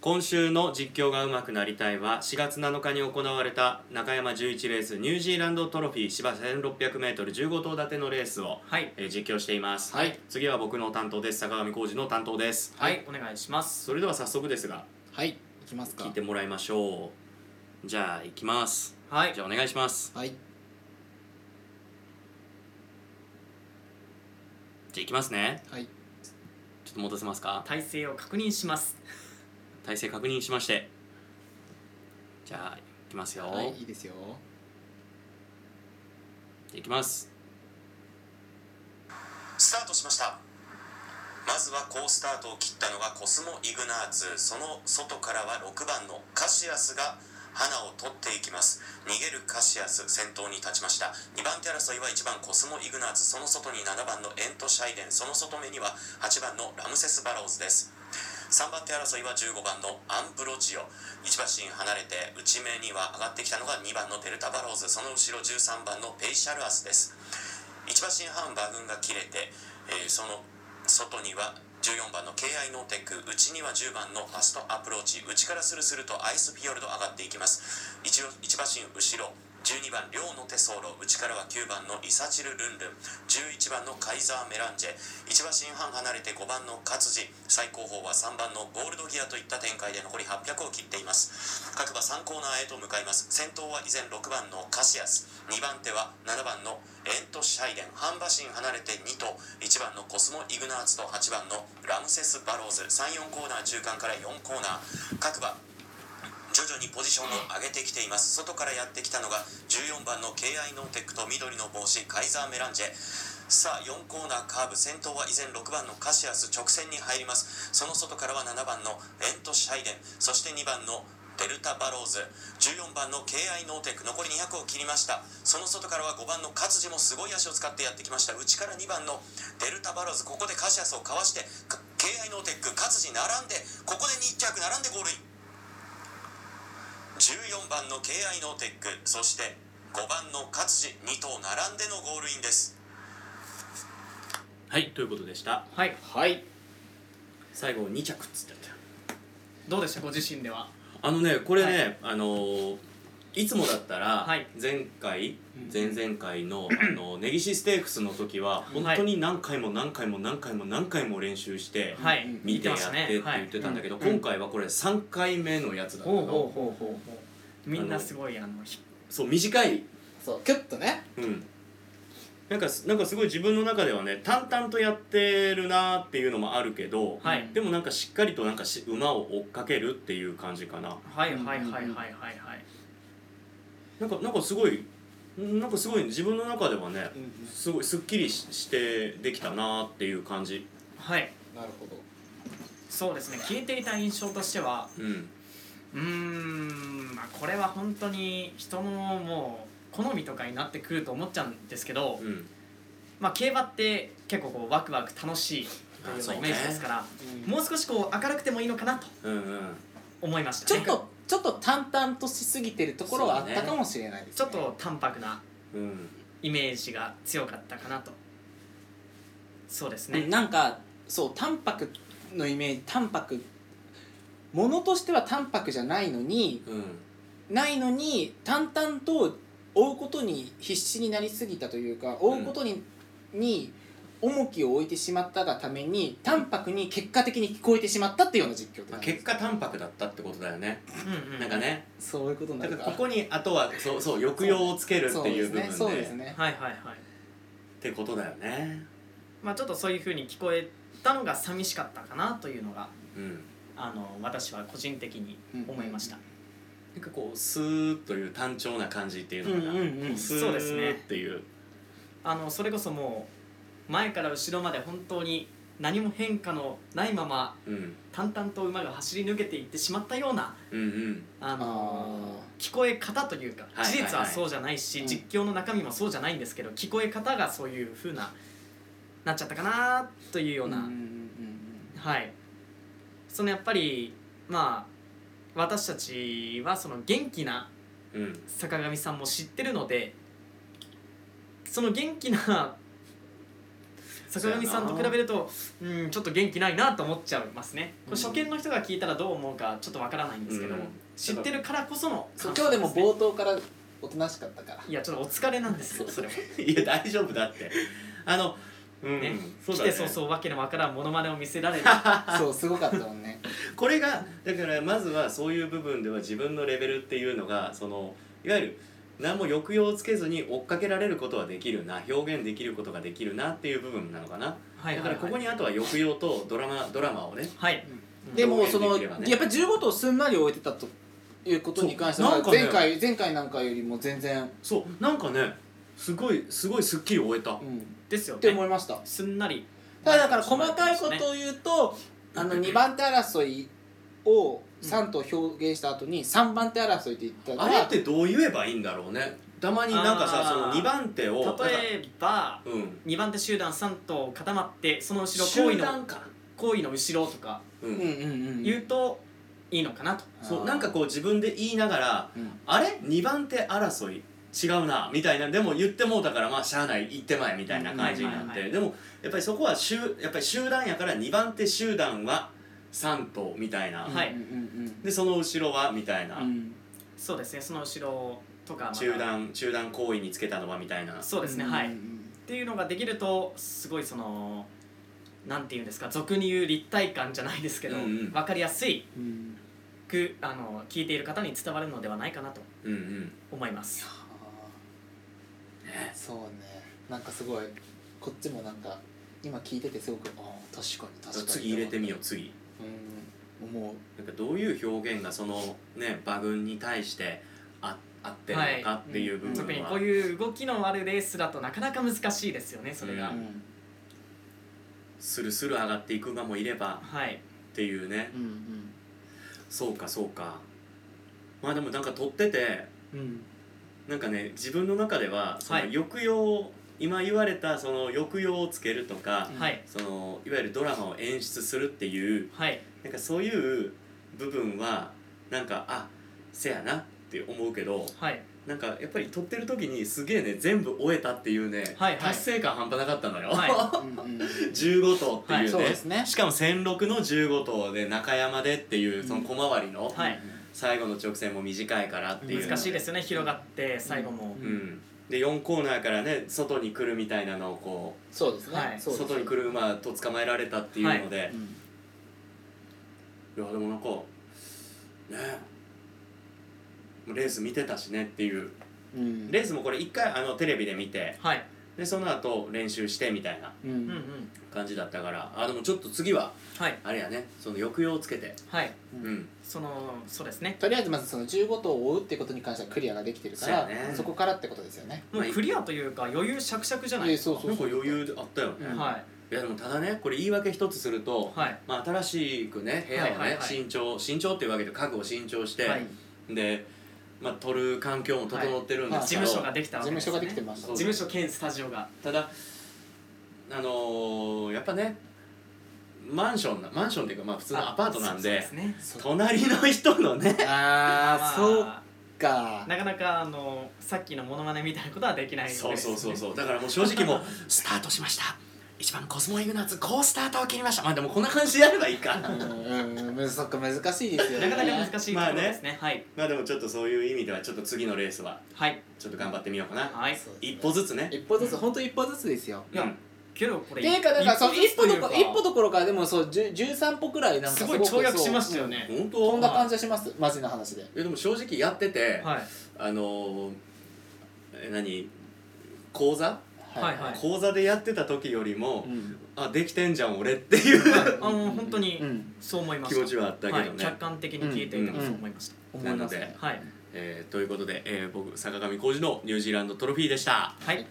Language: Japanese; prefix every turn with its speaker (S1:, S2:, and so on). S1: 今週の実況がうまくなりたいは4月7日に行われた中山11レースニュージーランドトロフィー芝 1600m15 頭立てのレースを、
S2: はい
S1: えー実況しています、
S3: はい
S1: 次は僕の担当です坂上浩二の担当です
S2: はいお願いします
S1: それでは早速ですが
S3: はいいきますか
S1: 聞いてもらいましょうじゃあ行きます
S2: はい
S1: じゃあお願いします
S3: はい
S1: じゃあ行きますね
S3: はい
S1: ちょっと戻せますか
S2: 体勢を確認します
S1: 体勢確認しましてじゃあ行きますよ、
S3: はいい
S1: じゃ
S3: いですよ
S1: あ行きます
S4: スタートしましたまずは好スタートを切ったのがコスモ・イグナーツその外からは6番のカシアスが花を取っていきます逃げるカシアス先頭に立ちました2番手争いは1番コスモ・イグナーツその外に7番のエント・シャイデンその外目には8番のラムセス・バローズです3番手争いは15番のアンブロジオ1馬身離れて内目には上がってきたのが2番のデルタ・バローズその後ろ13番のペイシャルアスです1馬身半馬群が切れて、えーその外には14番の KI ノーテック内には10番のファストアプローチ内からスルスルとアイスフィヨルド上がっていきます一応一馬身後ろ12番両の手走路内からは9番のイサチル・ルンルン11番のカイザー・メランジェ1馬身半離れて5番の勝地最後方は3番のゴールドギアといった展開で残り800を切っています各馬3コーナーへと向かいます先頭は以前6番のカシアス2番手は7番のエント・シャイデン半馬身離れて2と1番のコスモ・イグナーツと8番のラムセス・バローズ34コーナー中間から4コーナー各馬徐々にポジションを上げてきています外からやってきたのが14番の KI ノーテックと緑の帽子カイザー・メランジェさあ4コーナーカーブ先頭は以前6番のカシアス直線に入りますその外からは7番のエント・シャイデンそして2番のデルタ・バローズ14番の KI ノーテック残り200を切りましたその外からは5番の勝地もすごい足を使ってやってきました内から2番のデルタ・バローズここでカシアスをかわしてか KI ノーテック勝地並んでここで2着並んでゴールイン14番の KI ノーテックそして5番の勝地2頭並んでのゴールインです
S1: はいということでした
S2: はい
S3: はい
S1: 最後2着っつってた
S2: どうでしたご自身では
S1: あのねこれね、
S2: は
S1: あのーいつもだったら
S2: はい
S1: 前回、
S2: うん
S1: 前々回 のあの根岸ステークスの時は
S2: うん
S1: 本当に何回も何回も何回も何回も練習して
S2: はい
S3: うん
S1: 見てやっ
S2: ましてた
S1: っ
S2: ね
S1: て
S2: はい
S1: 言ってたんだけど
S2: うんうん
S1: 今回はこれ3回目のやつだった
S2: ほうほう
S1: の
S2: ほうほうほうみんなすごいあのひ
S1: そう短い
S3: そうキュッとね
S1: うんなんかすなんかすごい自分の中ではね淡々とやってるなーっていうのもあるけど、
S2: はい
S1: でもなんかしっかりとなんかし馬を追っかけるっていう感じかな
S2: はいはいはいはいはい
S3: うん
S2: はい
S1: なんかなんかすごいなんかすごい自分の中ではね
S3: うんうん
S1: すごいすっきりししてできたなーっていう感じ
S2: はい
S3: なるほど
S2: そうですね聞いていた印象としては
S1: うん
S2: うーんまあこれは本当に人のもう好みとかになってくると思っちゃうんですけど、
S1: うん
S2: まあ、競馬って結構こうワクワク楽しいと
S1: あ
S2: いうよう
S1: そう
S2: なイ
S1: ね
S2: メージですから、
S3: うん
S2: もう少しこう明るくてもいいのかなと
S1: うんうん
S2: 思いました
S3: ちょ
S2: ね
S3: っとちょっと淡々としすぎてるところはあったかもしれないです、ね、
S2: ちょっと淡白な
S1: うん
S2: イメージが強かったかなとそうですね、
S3: なんかそう淡白のイメージ淡白ものとしては淡白じゃないのに
S1: うん
S3: ないのに淡々と追うことに必死になりすぎたというか追うことに,、に重きを置いてしまったがために淡白に結果的に聞こえてしまったっていうような実況
S1: まあ
S3: で
S1: 結果淡白だったってことだよね
S2: うんうん、
S1: なんかね
S3: そういうことにな
S1: だか
S3: る
S1: ら
S3: か
S1: ここにあとはそうそう抑揚をつけるっ
S3: そう
S1: てい
S3: で
S1: う
S3: す
S1: 部分
S3: ね
S1: で
S3: そうですね
S2: はいはいはい
S1: ってことだよね
S2: まあちょっとそういうふうに聞こえたのが寂しかったかなというのが
S1: うん
S2: あの私は個人的に思いました、
S1: なんかこうスーッという単調な感じっていう
S3: うんうん
S1: のかな、
S3: うん
S1: ス
S2: そうですね
S1: ーッっていう
S2: あのそれこそもう前から後ろまで本当に何も変化のないまま
S1: うん
S2: 淡々と馬が走り抜けていってしまったような
S1: うんうん
S2: あの
S3: あ
S2: 聞こえ方というか
S1: はいはい
S2: 事実はそうじゃないし、
S3: うん
S2: 実況の中身もそうじゃないんですけど、聞こえ方がそういう風ななっちゃったかなというような、
S3: うんうんうん
S2: はいそのやっぱりまあ私たちはその元気な
S1: うん
S2: 坂上さんも知ってるのでその元気な坂上さんと比べるとうんちょっと元気ないなと思っちゃいますねこれ
S3: うん
S2: 初見の人が聞いたらどう思うかちょっとわからないんですけども、
S4: うん
S2: 知ってるからこその
S3: そう
S2: 感想
S3: 今日です
S2: ね
S3: も冒頭からおとなしかったから
S2: いやちょっとお疲れなんですよそれは、
S4: いや大丈夫だってあのうん、
S2: ね
S4: そう
S2: 来
S4: だね
S2: て早々わけのわからんモノマネを見せられる
S3: そうすごかったもんね
S4: これがだからまずはそういう部分では自分のレベルっていうのがそのいわゆる何も抑揚をつけずに追っかけられることはできるな表現できることができるなっていう部分なのかな
S2: は
S4: だ
S2: いはい
S4: か
S2: は
S4: ら
S2: い
S4: ここにあとは抑揚とドラマドラマをね
S2: はい
S3: でもそ
S4: 表
S3: の
S4: 現できれ
S3: やっぱ
S4: ばね
S3: り15頭すんなり終えてたということに関して
S4: そうな
S3: は
S4: んかね
S3: 前回前回なんかよりも全然
S4: そうなんかねすごいすごいすっきり終えた、
S3: うん
S2: ですよ
S3: って思
S2: ね
S3: いました
S2: すんなり
S3: ただだから細かいことを言うとあの2番手争いを3と表現した後に3番手争いって言ったの
S4: あれっ
S3: は
S4: てどう言えばいいんだろうねたまになんかさ
S2: あー
S4: その2番手を
S2: 例えば
S4: なんかうん
S2: 2番手集団3頭固まってその後ろ
S4: 集
S2: 行為の
S4: 団か
S2: 行為の後ろとか
S4: うん、
S3: うんうんうん
S2: 言うといいのかなと、
S4: そうなんかこう自分で言いながら
S3: うん
S4: あれ2番手争い違うなみたいなでも言ってもうだからまあしゃあない言ってまえみたいな感じになっ
S2: うんは
S4: て、
S2: いはいはい
S4: でもやっぱりそこは集やっぱり集団やから2番手集団は3頭みたいな、
S3: うん
S2: はい
S3: うんうん
S4: でその後ろはみたいな、
S3: うんうん
S2: そうですねその後ろとかまだ
S4: 中断中断行為につけたのはみたいな
S2: そうですね、
S3: うんうんうん
S2: はいっていうのができるとすごいそのなんていうんですか俗に言う立体感じゃないですけど、
S4: うんうん
S2: 分かりやすい
S3: うん
S2: くあの聞いている方に伝わるのではないかなと
S4: うんうん
S2: 思います
S3: あーそうねなんかすごいこっちもなんか今聞いててすごくあー確かに確かに
S4: 次入れてみよう次
S3: うん思う
S4: なんかどういう表現がそのね馬群に対してああってるのかっていう部分は、
S2: 特にこういう動きのあるレースだとなかなか難しいですよねそれが、
S4: う
S3: うんん
S4: スルスル上がっていく馬もいれば
S2: はい
S4: っていうね
S3: うん
S4: そうかそうかまあでもなんか撮ってて
S3: うんうん
S4: なんかね自分の中ではその
S2: はい
S4: 抑揚を、今言われたその抑揚をつけるとか、
S3: うん
S2: はい
S4: そのいわゆるドラマを演出するっていう
S2: はい
S4: なんかそういう部分はなんかあせやなって思うけど
S2: はい
S4: なんかやっぱり撮ってる時にすげえね全部終えたっていうね、
S2: はいはい
S4: 達成感半端なかったのよ、
S2: は
S3: うんうん
S4: 15頭っていうね,、
S3: そうですね
S4: しかも1 6の15頭で中山でっていうその小回りの、
S2: はい
S4: 最後の直線も短いからっていう
S2: 難しいですよね広がって最後も、
S4: うん、で4コーナーからね外に来るみたいなのをこ
S3: そうです
S2: は
S3: ね
S2: い
S4: う
S3: そうです
S4: 外に来る馬と捕まえられたっていうので、い、
S3: うん
S4: やでもなんかねえレース見てたしねっていう
S3: うん
S4: レースもこれ一回あのテレビで見て
S2: はい
S4: でその後練習してみたいな
S2: う
S3: う
S2: んうんん
S4: 感じだったからあでもちょっと次は
S2: はい
S4: あれやねその抑揚をつけて
S2: はい
S4: うん
S2: そのそうですね
S3: とりあえずまずその15頭を追うってことに関してはクリアができてるか
S4: そうや
S3: ら
S4: ね
S3: そこからってことですよね
S2: もうクリアというか余裕しゃくしゃくじゃないですか
S3: いやそう
S4: なんか余裕あったよね、
S3: うん
S4: い
S2: はい
S4: やでもただねこれ言い訳一つすると、
S2: はい
S4: まあ、新しくね部屋をね、
S2: はいはいはい
S4: 新調新調っていうわけで家具を新調して、
S2: はい
S4: で、まあ、撮る環境も整ってるんです
S2: 事
S4: けど、
S2: 務所ができたわ
S3: 事
S2: け
S3: 務
S2: です
S3: 所
S2: よ
S3: が
S2: ね
S3: できてました
S4: そう
S2: 事務所兼スタジオが
S4: ただあのーやっぱねマンションなマンションっていうかまあ普通のアパートなんで
S2: そうそうですね
S4: 隣の人のね
S3: あ
S2: ま
S3: あそうか
S2: なかなかあのさっきのモノマネみたいなことはできない
S4: そうそうそう
S2: う
S4: そうだからもう正直もう 「スタートしました」一番コスモイグナーツこうスタートを切りましたまあでもこんな感じでやればいい か
S3: うんうんうんそっか難しいですよね
S2: なかなか難しいところですね,、はい
S4: まあでもちょっとそういう意味ではちょっと次のレースは
S2: はい
S4: ちょっと頑張ってみようかな
S2: はい
S3: そうですね
S4: 一歩ずつね
S3: 一歩ずつ本当一歩ずつですよ
S2: いや
S4: うん
S2: けどこ
S3: っ
S2: れ
S3: ていうかだからその一歩どころ一歩
S2: と
S3: どころかでもそう10 13歩くらいなんか
S2: すごい跳躍しましたよね
S4: 本当
S3: そううんこんな感じがしますマジな話で
S4: えでも正直やってて、
S2: はい
S4: あのーえ何講座、
S2: はいはい
S4: 講座でやってた時よりも、
S3: うん
S4: あできてんじゃん俺っていう
S2: あの本当
S3: う
S2: に
S3: ん
S2: そう思いまし
S4: 気
S2: た
S4: 持ちはあったけどね、
S2: はい、客観的に聞いていてもそう思いました、
S3: 思います
S4: なので
S3: ね
S2: はい
S4: えーということで、えー僕坂上浩二のニュージーランドトロフィーでした。
S2: はい